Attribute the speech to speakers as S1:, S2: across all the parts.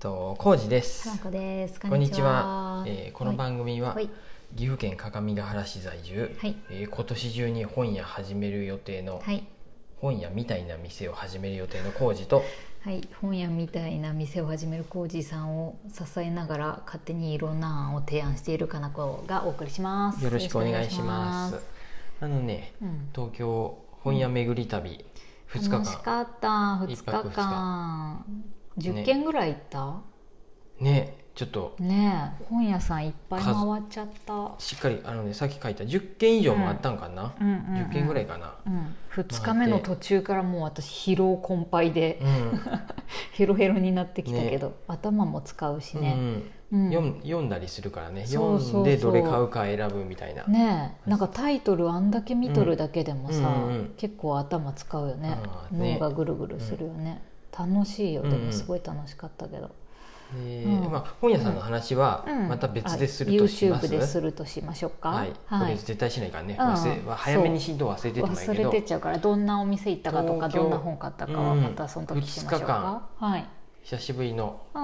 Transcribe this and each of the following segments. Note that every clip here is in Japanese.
S1: とコウジです
S2: かなこです。
S1: こんにちは、えーこの番組は、
S2: はい
S1: 岐阜県各務原市在住、
S2: はい
S1: えー今年中に本屋始める予定の、
S2: はい
S1: 本屋みたいな店を始める予定のコウジと
S2: はい本屋みたいな店を始めるコージーさんを支えながら勝手にいろんな案を提案しているかなこがお送りします。
S1: よろしくお願いします
S2: よろしくお
S1: あ
S2: 願いし
S1: のね
S2: ます。うん。
S1: 東京本屋巡り旅、2日
S2: 楽し
S1: 間
S2: かった二
S1: 一
S2: 日
S1: 泊二
S2: 間十
S1: ね
S2: 件ぐらい行った
S1: ねちょっと
S2: ねえ本屋さんいっぱい回っちゃった。
S1: しっかりあのねさっき書いた10件以上もあったんかな、
S2: うんうんうん
S1: 10件ぐらいかな、
S2: うん、2日目の途中からもう私疲労困憊で
S1: うん
S2: ヘロヘロになってきたけど、頭も使うし ね、
S1: うん
S2: うん
S1: 読ん読んだりするからね
S2: そうそう
S1: 読
S2: そう
S1: んでどれ買うか選ぶみたいな、
S2: ねえなんかタイトルあんだけ見とるだけでもさ、
S1: うんうんうん
S2: 結構頭使うよね
S1: ああね
S2: 脳がぐるぐるするよね、楽しいよでもすごい楽しかったけど、
S1: で
S2: うん
S1: まあ、本屋さんの話はまた別でするとしま
S2: あ
S1: す、
S2: YouTube でするとしましょうか
S1: はい、これ絶対しないからね、
S2: うん
S1: 忘れ早めにしんど忘れててもいい
S2: 忘
S1: け
S2: れ
S1: ど
S2: てっちゃうからどんなお店行ったかとか
S1: 東京
S2: どんな本買ったかはまたその時しましょうか、はい
S1: 久しぶりの
S2: うん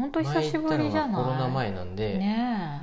S2: 本当久しぶりじ
S1: 前行った
S2: ゃ
S1: のがコロナ
S2: ない
S1: 前なんで、
S2: ね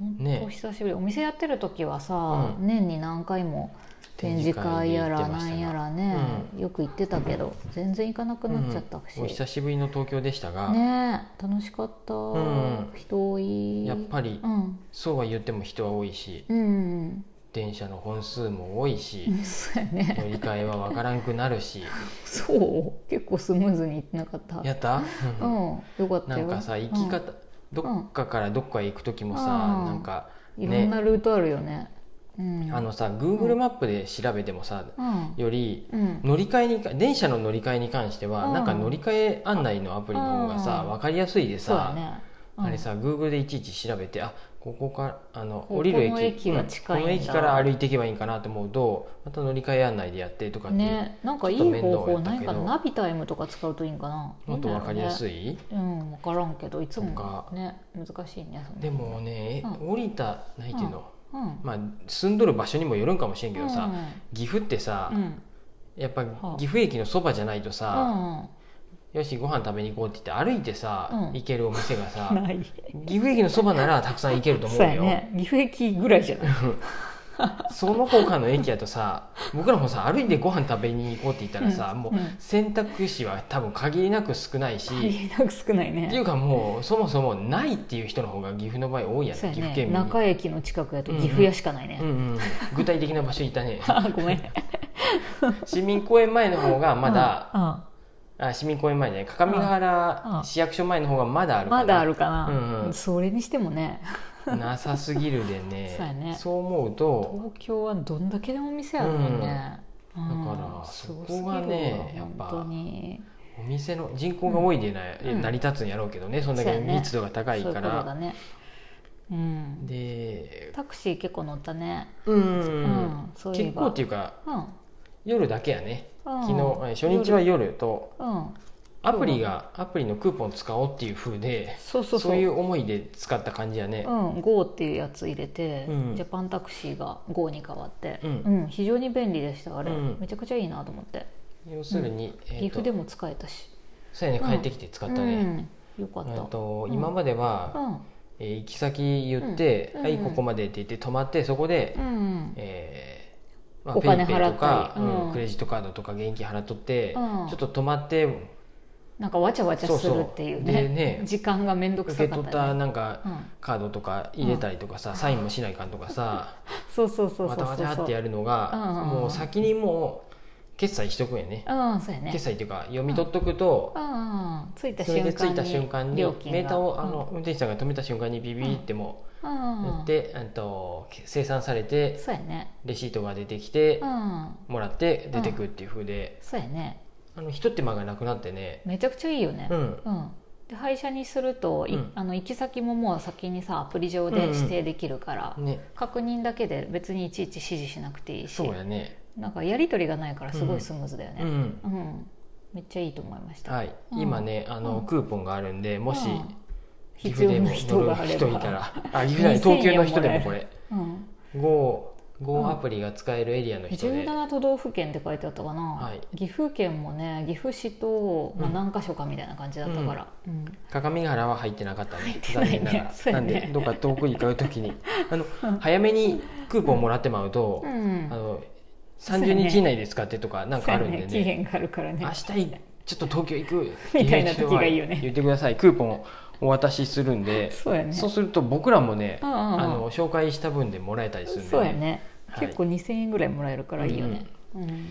S2: え
S1: ね
S2: 本当久しぶりお店やってる時はさ、年に何回も展示会やらなんやらね、よく行ってたけど全然行かなく
S1: うん
S2: なっちゃったし、
S1: お久しぶりの東京でしたが、
S2: ねえ楽しかった、
S1: ん
S2: 人多い
S1: やっぱり
S2: うん
S1: そうは言っても人は多いし
S2: うん
S1: 電車の本数も多いし
S2: そうや
S1: 乗
S2: ね
S1: り換えは分からんくなるし
S2: そう結構スムーズにいってなかった
S1: やった、
S2: うんよかった
S1: な
S2: よ
S1: んかさ行き方、どっかからどっかへ行く時もさ、
S2: うん
S1: なんか
S2: うんいろんなルートあるよねうん
S1: あのさ Google マップで調べてもさ、
S2: うん
S1: より
S2: うん
S1: 乗り換えにか電車の乗り換えに関しては、
S2: うん
S1: なんか乗り換え案内のアプリの方がさ、
S2: うん
S1: 分かりやすいで
S2: そうや
S1: さ、
S2: ねうん
S1: あれさ Google でいちいち調べてあここからあの
S2: こ
S1: 降りる駅
S2: この駅が近いんだ
S1: うんこの駅から歩いていけばいいんかなと思うとまた乗り換え案内でやってとかっていう、
S2: ねなんかいい
S1: ちょっと面
S2: 方
S1: 倒や
S2: 法
S1: った
S2: ない
S1: け
S2: ん
S1: ど
S2: かナビタイムとか使うといいんかな
S1: もっと分かりや
S2: い
S1: すい、
S2: いんだろうねうん分からんけどいつ
S1: とか
S2: もね難しいねその
S1: でもね、
S2: う
S1: 降りたないっていうの、
S2: うん
S1: まあ、住んどる場所にもよるんかもしれんけどさ、岐阜ってさ、
S2: うんうん
S1: やっぱ
S2: はあ
S1: 岐阜駅のそばじゃないと
S2: う
S1: さ、
S2: ん
S1: よしご飯食べに行こうって言って歩いてさ、
S2: うん
S1: 行けるお店が さ
S2: ない
S1: 岐阜駅のそばならたくさん行けると思
S2: そう
S1: う
S2: や
S1: よ
S2: ね岐阜駅ぐらいじゃ ない
S1: その他の駅やとさ僕らもさ歩いてご飯食べに行こうって言ったらさ、
S2: うん
S1: もう
S2: うん
S1: 選択肢は多分限りなく少ないし、
S2: 限り なく少ない
S1: ってい
S2: ね
S1: うかもうそもそもないっていう人の方が岐阜の場合多いやん、
S2: そう
S1: 岐
S2: や
S1: 阜
S2: ね
S1: 県民に
S2: 中駅の近くやと岐阜屋しかないね
S1: うんうん、具体的な場所いたね
S2: あごめん
S1: 市民公園前の方がまだ、
S2: だ
S1: あ市民公園前じゃない各務原市役所前の方がまだあるかな
S2: まだあるか
S1: うんうん
S2: なそれにしてもね
S1: なさすぎるでね
S2: そうやね
S1: 思うと
S2: 東京はどんだけでも店あるもんねうん
S1: だから
S2: すご
S1: そこ
S2: すぎる
S1: がね
S2: わ
S1: やっぱ
S2: 本当に
S1: お店の人口が多いでな、
S2: うん
S1: 成り立つんやろうけどねそんだ
S2: そ
S1: け
S2: うやね
S1: 密度が高い
S2: そういう
S1: か
S2: こ
S1: ら
S2: とだねうん
S1: で
S2: タクシー結構乗ったね
S1: うん、
S2: うんそういえ
S1: 結
S2: ば
S1: 構っていうか
S2: うん、うん、
S1: 夜だけやね
S2: 昨
S1: 昨日、え初日は夜と
S2: うん
S1: アプリがアプリのクーポン使おうっていう風で
S2: そうそ
S1: そう
S2: うそう
S1: いう思いで使った感じやね
S2: う、ん、GO っていうやつ入れて、
S1: うん
S2: ジャパンタクシーが GO に変わって、
S1: う
S2: うんん非常に便利でしたあれ、
S1: うん
S2: めちゃくちゃいいなと思って
S1: 要するに、えーと
S2: 岐阜でも使えたし
S1: そうやね帰ってきて使ったね、
S2: うん、よかっ
S1: えー
S2: た、
S1: と
S2: うん
S1: 今までは、えー行き先言って、
S2: うん
S1: はい
S2: うん
S1: ここまでって言って泊まってそこで
S2: うん、うん
S1: えーまあ、
S2: お金
S1: ペイペイとか
S2: 払ったりうん
S1: うんクレジットカードとか現金払っとって、
S2: うん
S1: ちょっと泊まって
S2: なんかわちゃわちゃするっていうね
S1: そうそうでね
S2: 時間が面倒く
S1: 受
S2: さ
S1: け
S2: か
S1: 取
S2: っ
S1: った
S2: た、ね
S1: なんか
S2: うん、
S1: カードとか入れたりとかさ、サインもしないかんとかさ
S2: そうそうそうそ
S1: わ
S2: う
S1: た
S2: そ
S1: わ
S2: う
S1: たってやるのが、
S2: うん
S1: もう先にもう決済しとくんやね
S2: うんそうやね
S1: 決済っていうか読み取っとくと、
S2: うんうん、着いた
S1: それ
S2: 瞬間
S1: で
S2: に
S1: 着いた瞬間に
S2: 料金が
S1: メーターをあの、運転手さんが止めた瞬間にビビっても
S2: うん
S1: やって、えっと生産されて
S2: そうやね
S1: レシートが出てきて
S2: う、ん
S1: もらって出てくっていう風で、
S2: そうやね
S1: あの一手間がなくなってね
S2: めちゃくちゃいいよね
S1: うん
S2: うんで廃車にすると、い
S1: うん
S2: あの行き先ももう先にさアプリ上で指定できるから、
S1: ね
S2: 確認だけで別にいちいち指示しなくていいし
S1: そうやね
S2: なんかやり取りがないからすごいスムーズだよ
S1: う
S2: ね
S1: ん
S2: うん、めっちゃいいと思いました、
S1: はい、
S2: うん
S1: 今ねあの、
S2: うん
S1: クーポンがあるんでもし、
S2: うん
S1: 岐
S2: 必
S1: 阜
S2: 要
S1: で
S2: な
S1: も
S2: 人
S1: 乗
S2: があ
S1: る
S2: れ
S1: 人い
S2: ば
S1: たらあ岐阜じゃない東京の人でもこれ
S2: うん、
S1: 5ゴーアプリが使えるエリアの人で、
S2: 17都道府県って書いてあったかな、
S1: はい
S2: 岐阜県もね岐阜市と、まあ、
S1: うん
S2: 何か所かみたいな感じだったから、うん
S1: 各務原は入ってなかったんで、
S2: てな
S1: 残
S2: いね
S1: 念ながら
S2: そう
S1: な
S2: や
S1: ん
S2: ね
S1: でどっか遠くに行くときにあの
S2: うん
S1: 早めにクーポンもらってまうと、
S2: うん
S1: あの30日以内で使ってとかなんかあるんで
S2: そうや
S1: ね
S2: 期限があるからね
S1: 明日いちょっと東京行く
S2: みたいな時がいいよね
S1: は言ってくださいクーポンお渡しするんで
S2: そうやね
S1: そうすると僕らもね、
S2: うんうんうん
S1: あの紹介した分でもらえたりするんで、
S2: そうやね、
S1: はい
S2: 結構2000円ぐらいもらえるからいいよね、うん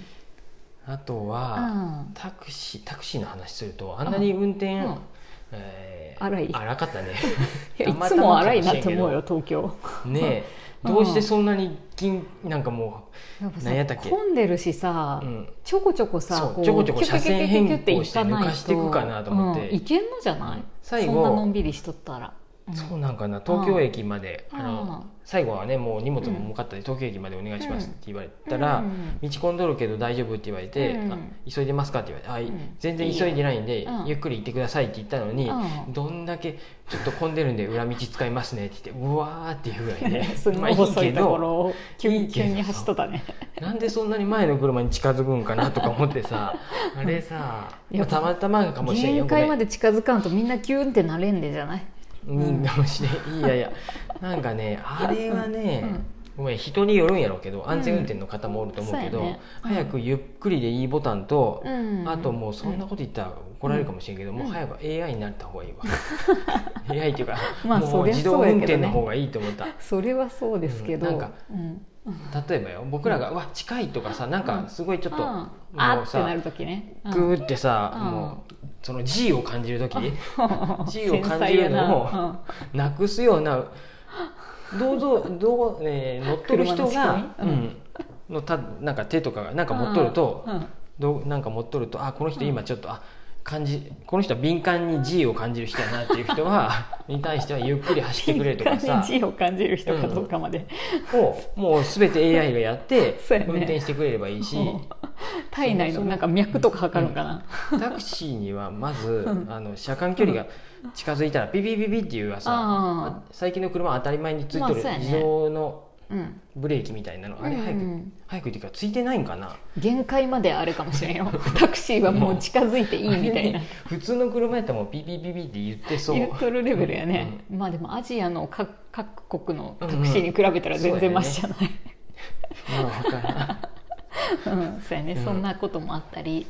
S1: あとは、
S2: あ
S1: タクシータクシーの話するとあんなに運転、
S2: うん
S1: えー
S2: 荒い
S1: 荒か ったね
S2: ーいや
S1: た
S2: い
S1: ま
S2: つ
S1: たま
S2: も荒いな
S1: かもし
S2: と
S1: れんけど
S2: 思うよ東京
S1: ねえ
S2: うん
S1: どうしてそんなに銀なんかも
S2: なんかさ
S1: 何やったっけ
S2: 混んでるしさ、
S1: う、うん、
S2: ちょこちょこさ
S1: そう
S2: こう
S1: ちょこちょこ
S2: キ
S1: 車
S2: ュッキュ
S1: 線
S2: ッキュ
S1: 変
S2: ッキュッキュ
S1: 更
S2: ッ
S1: して
S2: 行かない
S1: 抜かしていくかなと思って
S2: うんいけんのじゃない
S1: 最
S2: そんな
S1: 後
S2: のんびりしとったら、うん
S1: そうなんかな東京駅まで、
S2: うん
S1: あ
S2: う
S1: の
S2: ん
S1: 最後はねもう荷物も重かったで、東京駅までお願いしますって言われたら、
S2: うん
S1: 道混んどるけど大丈夫って言われて、
S2: うん
S1: あ急いでますかって言われて、あい
S2: うん
S1: 全然急いでないんで、
S2: いいようん
S1: ゆっくり行ってくださいって言ったのに、
S2: うん
S1: どんだけちょっと混んでるんで裏道使いますねって言 ってうわーっていうぐらいね
S2: す
S1: ま
S2: ご
S1: あ
S2: い
S1: い
S2: 細
S1: け
S2: いとこ
S1: ど
S2: ろを急
S1: いい
S2: に
S1: け
S2: 急
S1: ど
S2: に走っとったね
S1: なんでそんなに前の車に近づくんかなとか思って さあれさ、
S2: い
S1: ま
S2: や
S1: あたまたまかもしれんよ
S2: 限
S1: ごめ
S2: 界
S1: ん
S2: まで近づかんとみんなキュンってなれんでじゃない
S1: うんかもしれんいやいやなんかねあれはね、
S2: うん
S1: ごめん人によるんやろうけど安全運転の方もおると思うけど、
S2: うんそうやねうん
S1: 早くゆっくりでいいボタンと、
S2: うん
S1: あともうそんなこと言ったら怒られるかもしれんけど、もう早く AI になった方がいいわ、AI っていうか、
S2: まあ
S1: も
S2: そうりゃ
S1: 自動
S2: そうや
S1: 運
S2: けどね
S1: 転の方がいいと思った
S2: それはそうですけど、
S1: うんなんか
S2: うん
S1: 例えばよ僕らが「うわ近い」とかさなんかすごいちょっと、
S2: うん
S1: も
S2: あ
S1: う
S2: ってな
S1: さ
S2: る時ね、うん
S1: グーってさ、
S2: うん
S1: もうその G を感じる時、G を
S2: 繊
S1: 感
S2: 細
S1: じ
S2: や
S1: る
S2: な
S1: のをなくすようなどうぞどう、えー乗っとる人
S2: 車の
S1: が
S2: 仕、組みうん
S1: うんのたなんか手とかがなん
S2: う
S1: か
S2: ん
S1: 持っとると、
S2: うん
S1: どうなんか持っとるとあこの人今ちょっと、あ感じこの人は敏感に G を感じる人やなっていう人 はに対してはゆっくり走ってくれとか
S2: 敏感
S1: さ
S2: に字を感じる人かどうかまで、
S1: をもう全て AI がやって
S2: そうやね
S1: 運転してくれればいいし、
S2: もう体内のなんか脈とか測るんかな、
S1: タクシーにはまず
S2: うん
S1: あの車間距離が近づいたらピピピピっていうはさ
S2: あ
S1: 最近の車は当たり前につい
S2: ま
S1: て
S2: あ
S1: る
S2: そうやね
S1: 自動の
S2: うん
S1: ブレーキみたいなのあれ
S2: うん
S1: 早く、早く言ってからついてないんかな
S2: 限界まであるかもしれんよ タクシーはもう近づいていいみたい
S1: あれ
S2: な
S1: に 普通の車やったらもうピピピピって言ってそう
S2: 言っとるレベルやね、まあでもアジアの各各国のタクシーに比べたら全然マシじゃない、
S1: うんまあわからん
S2: うん、そうやね、
S1: うん
S2: そんなこともあったり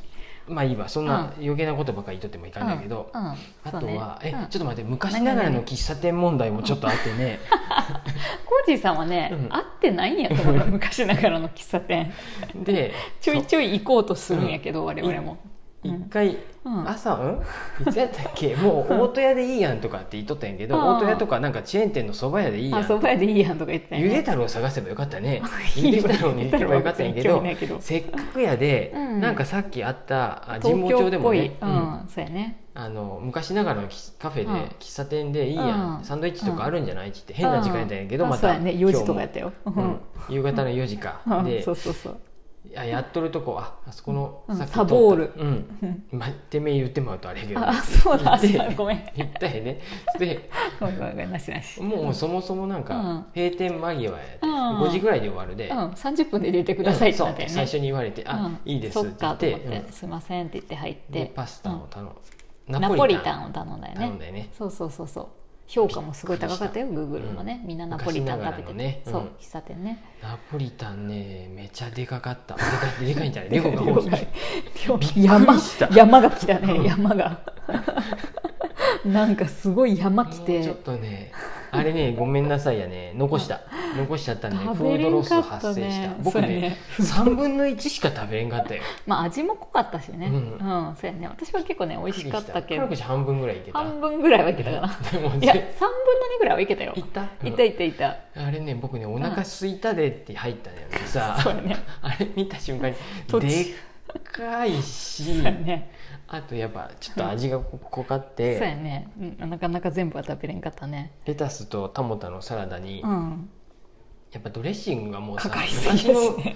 S1: まあいいわそんな余計なことばっかり言っとってもいかんだけど、
S2: うんうん
S1: あとは、
S2: そうね
S1: え、
S2: うん
S1: ちょっと待って昔ながらの喫茶店問題もちょっとあってね
S2: コージーさんはね、
S1: うん
S2: 会ってないんやと思う よ昔ながらの喫 茶店
S1: で
S2: ちょいちょい行こうとするんやけど、我々も、う
S1: 一
S2: ん
S1: 回、
S2: うん
S1: 朝うんいつやったっけもう大戸屋でいいやんとかって言っとったんやけど、
S2: うん
S1: 大戸屋とかなんかチェーン店のそば屋でいいや
S2: あ
S1: ん
S2: そば屋でいいやんとか言ってたんや
S1: ゆで太郎探せばよかったね
S2: いい
S1: ゆ
S2: よ
S1: で太郎に行けばよかったんやけど
S2: ゆで太郎は別に興味ないけど
S1: せっかくやで、
S2: うん
S1: なんかさっきあったあ神
S2: 東
S1: 保
S2: 京
S1: 町
S2: っ
S1: で
S2: ぽ
S1: も
S2: い、
S1: ね、
S2: う
S1: うん
S2: ん、そうやね
S1: あの昔ながらの喫カフェで、
S2: うん
S1: 喫茶店でいいやん、
S2: うん
S1: サンドイッチとかあるんじゃないって言って変な時間やったんやけど、
S2: うん
S1: ま
S2: あそう
S1: た
S2: やね4時とかやったよ、
S1: 今日もうん夕方の4時か、
S2: うん
S1: で
S2: そうそうそう
S1: ややっとるとこああそこの
S2: うん
S1: さっき
S2: サボール
S1: 通ったうん、まあ、てめえ言ってもらうとあれやけど
S2: あそうだ
S1: 行って
S2: そうだごめん
S1: 言ったよねで
S2: ごめんごめんごめんなしなし、
S1: もうそもそもなん
S2: う
S1: か
S2: ん
S1: 閉店間際やで、
S2: うんうん
S1: 5時ぐらいで終わる
S2: う
S1: で、
S2: ん、30分で入れてくださいって
S1: そ
S2: な
S1: う
S2: ったよね、
S1: 最初に言われて「
S2: う
S1: あ
S2: ん
S1: いいです」
S2: そ
S1: っ
S2: って
S1: 言
S2: か
S1: っ
S2: と
S1: て
S2: 思って、
S1: うん
S2: すいませんって言って入っ
S1: で
S2: て
S1: パスタを頼む、
S2: うんナポリタンを頼んだよ
S1: 頼ん
S2: ね
S1: だよね
S2: そうそうそうそう評価もすごい高かったよグーグルもね、
S1: うん
S2: みんなナポリタン食べ
S1: 昔ながらの
S2: てて、
S1: ねうん
S2: そう喫茶店ね
S1: ナポリタンねめちゃでかかったでかいでかいんじゃ ないレゴが大きいびっく
S2: 山
S1: りした
S2: 山が来たね、
S1: うん
S2: 山が なんかすごい山来
S1: もうちょ
S2: て
S1: っとねあれねごめんなさいやね残した残しちゃったんで
S2: 食
S1: フ
S2: べ
S1: ー
S2: れ
S1: ドロ
S2: ん
S1: ス
S2: かったね
S1: 発生した
S2: そ
S1: 僕
S2: うや
S1: ね
S2: ね
S1: 3分の1しか食べれんかったよ
S2: まあ味も濃かったしね
S1: う
S2: うんん、そうやね私は結構ね美味しかったけど
S1: 黒くし半分ぐらいいけた
S2: 半分ぐらいはいけたかな
S1: でも
S2: いや3分の2ぐらいはいけたよ
S1: いった
S2: いたいたいた
S1: あれね僕ねお腹すいたでって入ったんだよねさ
S2: そうやね
S1: あれ見た 瞬間に
S2: どっち
S1: でっかいし
S2: そうやね
S1: あとやっぱちょっと味が濃かっ
S2: そうや
S1: て
S2: ね、うん、なかなか全部は食べれんかったね
S1: レタスとタモタのサラダに
S2: うん
S1: やっぱドレッシングがもう
S2: か
S1: さ
S2: かりす
S1: 昔
S2: ぎで
S1: の
S2: すね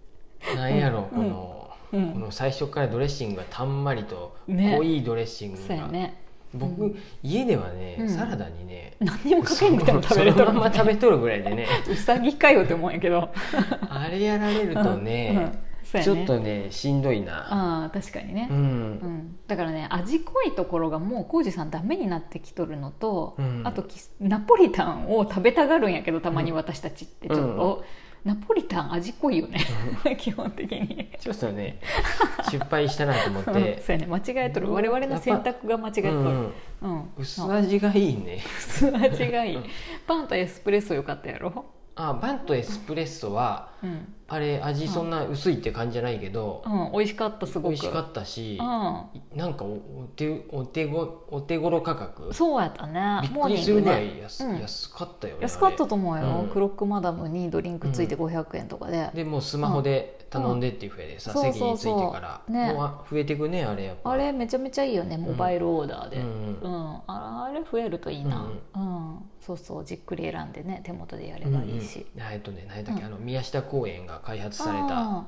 S1: なんやろこの
S2: う
S1: こ
S2: ん
S1: の最初からドレッシングがたんまりと
S2: ね
S1: 濃いドレッシング
S2: そうや
S1: が
S2: ね
S1: 僕、
S2: う
S1: 家ではね、
S2: うん
S1: サラダにね
S2: 何にもかけんくても食べれたら
S1: そのま
S2: ま
S1: ま
S2: た
S1: 食べとるぐらいでね
S2: うさぎかよって 思うんやけど
S1: あれやられるとね、
S2: そうやね
S1: ちょっとねしんどいな
S2: ああ確かにね
S1: う、
S2: うん
S1: ん
S2: だからね味濃いところがもう浩二さんダメになってきとるのと、
S1: うん
S2: あとキスナポリタンを食べたがるんやけどたまに私たちってちょっと、ナポリタン味濃いよね 基本的に。
S1: ちょっとね失敗したなと思っ
S2: うん
S1: て、
S2: そうやね間違えとる我々の選択が間違えと
S1: う
S2: る、うん
S1: ん、薄味がいいね
S2: そう薄味がいい
S1: うん
S2: パンとエスプレッソよかったやろ、
S1: あバンとエスプレッソは
S2: うん
S1: あれ味そんな薄いって感じじゃないけど、
S2: うん、美味しかったすごく
S1: 美味しかったし、
S2: う
S1: なんかおお手お手ごお手頃価格
S2: ん、そうやったね
S1: びっくりするぐら
S2: モーニングね
S1: い安,、
S2: うん
S1: 安かったよね
S2: 安かったと思うよ、
S1: うん
S2: クロックマダムにドリンクついて500円とかで
S1: あ、れでもうスマホで頼んでっていうふうでさ、
S2: うん
S1: 席についてから
S2: そうそうそうね
S1: もうあ増えてくねあれやっぱ
S2: あれめちゃめちゃいいよねモバイルオーダーで、
S1: う
S2: うんん
S1: うん
S2: ああれ増えるといいな、うんそうそうじっくり選んでね手元でやればいいし、
S1: うんうんあえっとね何だっけ、
S2: うん
S1: あの宮下公園が開発された
S2: あ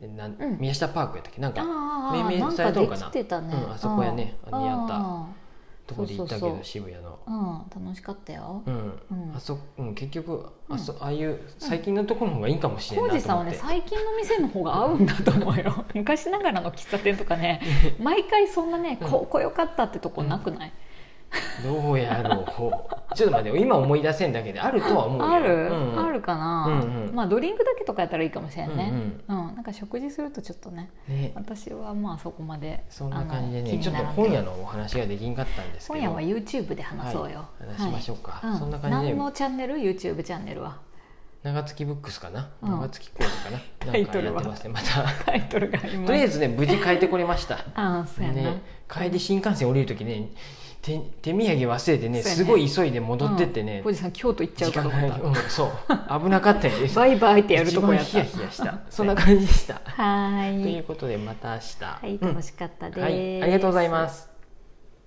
S1: でなん、
S2: うん
S1: 宮下パークやったっけなん
S2: ー
S1: か
S2: あー
S1: 命名
S2: なん
S1: され
S2: か
S1: たの
S2: で
S1: かな
S2: きてたね、
S1: うんあそこやね
S2: うん
S1: 似合った
S2: あ
S1: とこで行ったけど
S2: そうそうそう
S1: 渋谷の
S2: ーうん楽しかったよ
S1: う、ん、
S2: うん
S1: あそうん結局あそ、
S2: う
S1: ああいう最近のところの方がいいかもしれん
S2: 浩
S1: ない
S2: 二
S1: と
S2: さん
S1: 思
S2: は
S1: って
S2: ね最近の店の方が合うんだと思うよ 昔ながらの喫茶店と かね毎回そんなね
S1: うん
S2: ここ良かったってとこなくない、
S1: どうやろう ちょっと待ってよ今思い出せんだけであるとは思うよ
S2: ある、
S1: うん
S2: あるかな、
S1: うんうん
S2: まあドリンクだけとかやったらいいかもしれんね、
S1: うん
S2: うんなんか食事するとちょっとね
S1: ね
S2: 私はまあそこまで
S1: そんな感じで
S2: あの
S1: ね
S2: 気
S1: ちょ
S2: に
S1: っ
S2: な
S1: と
S2: らんけど
S1: 本屋のお話ができんかったんですけど
S2: 今夜は YouTube で話そうよ、
S1: はい話しましょうか
S2: はいん
S1: そんな感じで
S2: 何のチャンネル YouTube チャンネルは
S1: 長月ブックスかな、
S2: うん
S1: 長月講座かな
S2: タイトルは
S1: なんかやってますねまた
S2: タイトルがあります
S1: とりあえずね無事帰ってこれました
S2: ああそうやな、
S1: ね帰り新幹線降りる時ね手手土産忘れてね
S2: そうや
S1: す
S2: ね
S1: ごい急いで戻ってってね、
S2: うん、おじさん京都行っちゃう
S1: 時
S2: か
S1: 間
S2: と思っ
S1: が、
S2: た
S1: うん、そう危なかったよね
S2: バイバイってやるとこやっ
S1: 一
S2: た
S1: 番ヒヤヒヤしたそんな感じでした
S2: は
S1: とい
S2: ー
S1: う
S2: い
S1: ことでまた明日
S2: はい
S1: うん
S2: 楽しかったです、
S1: はい、ありがとうございます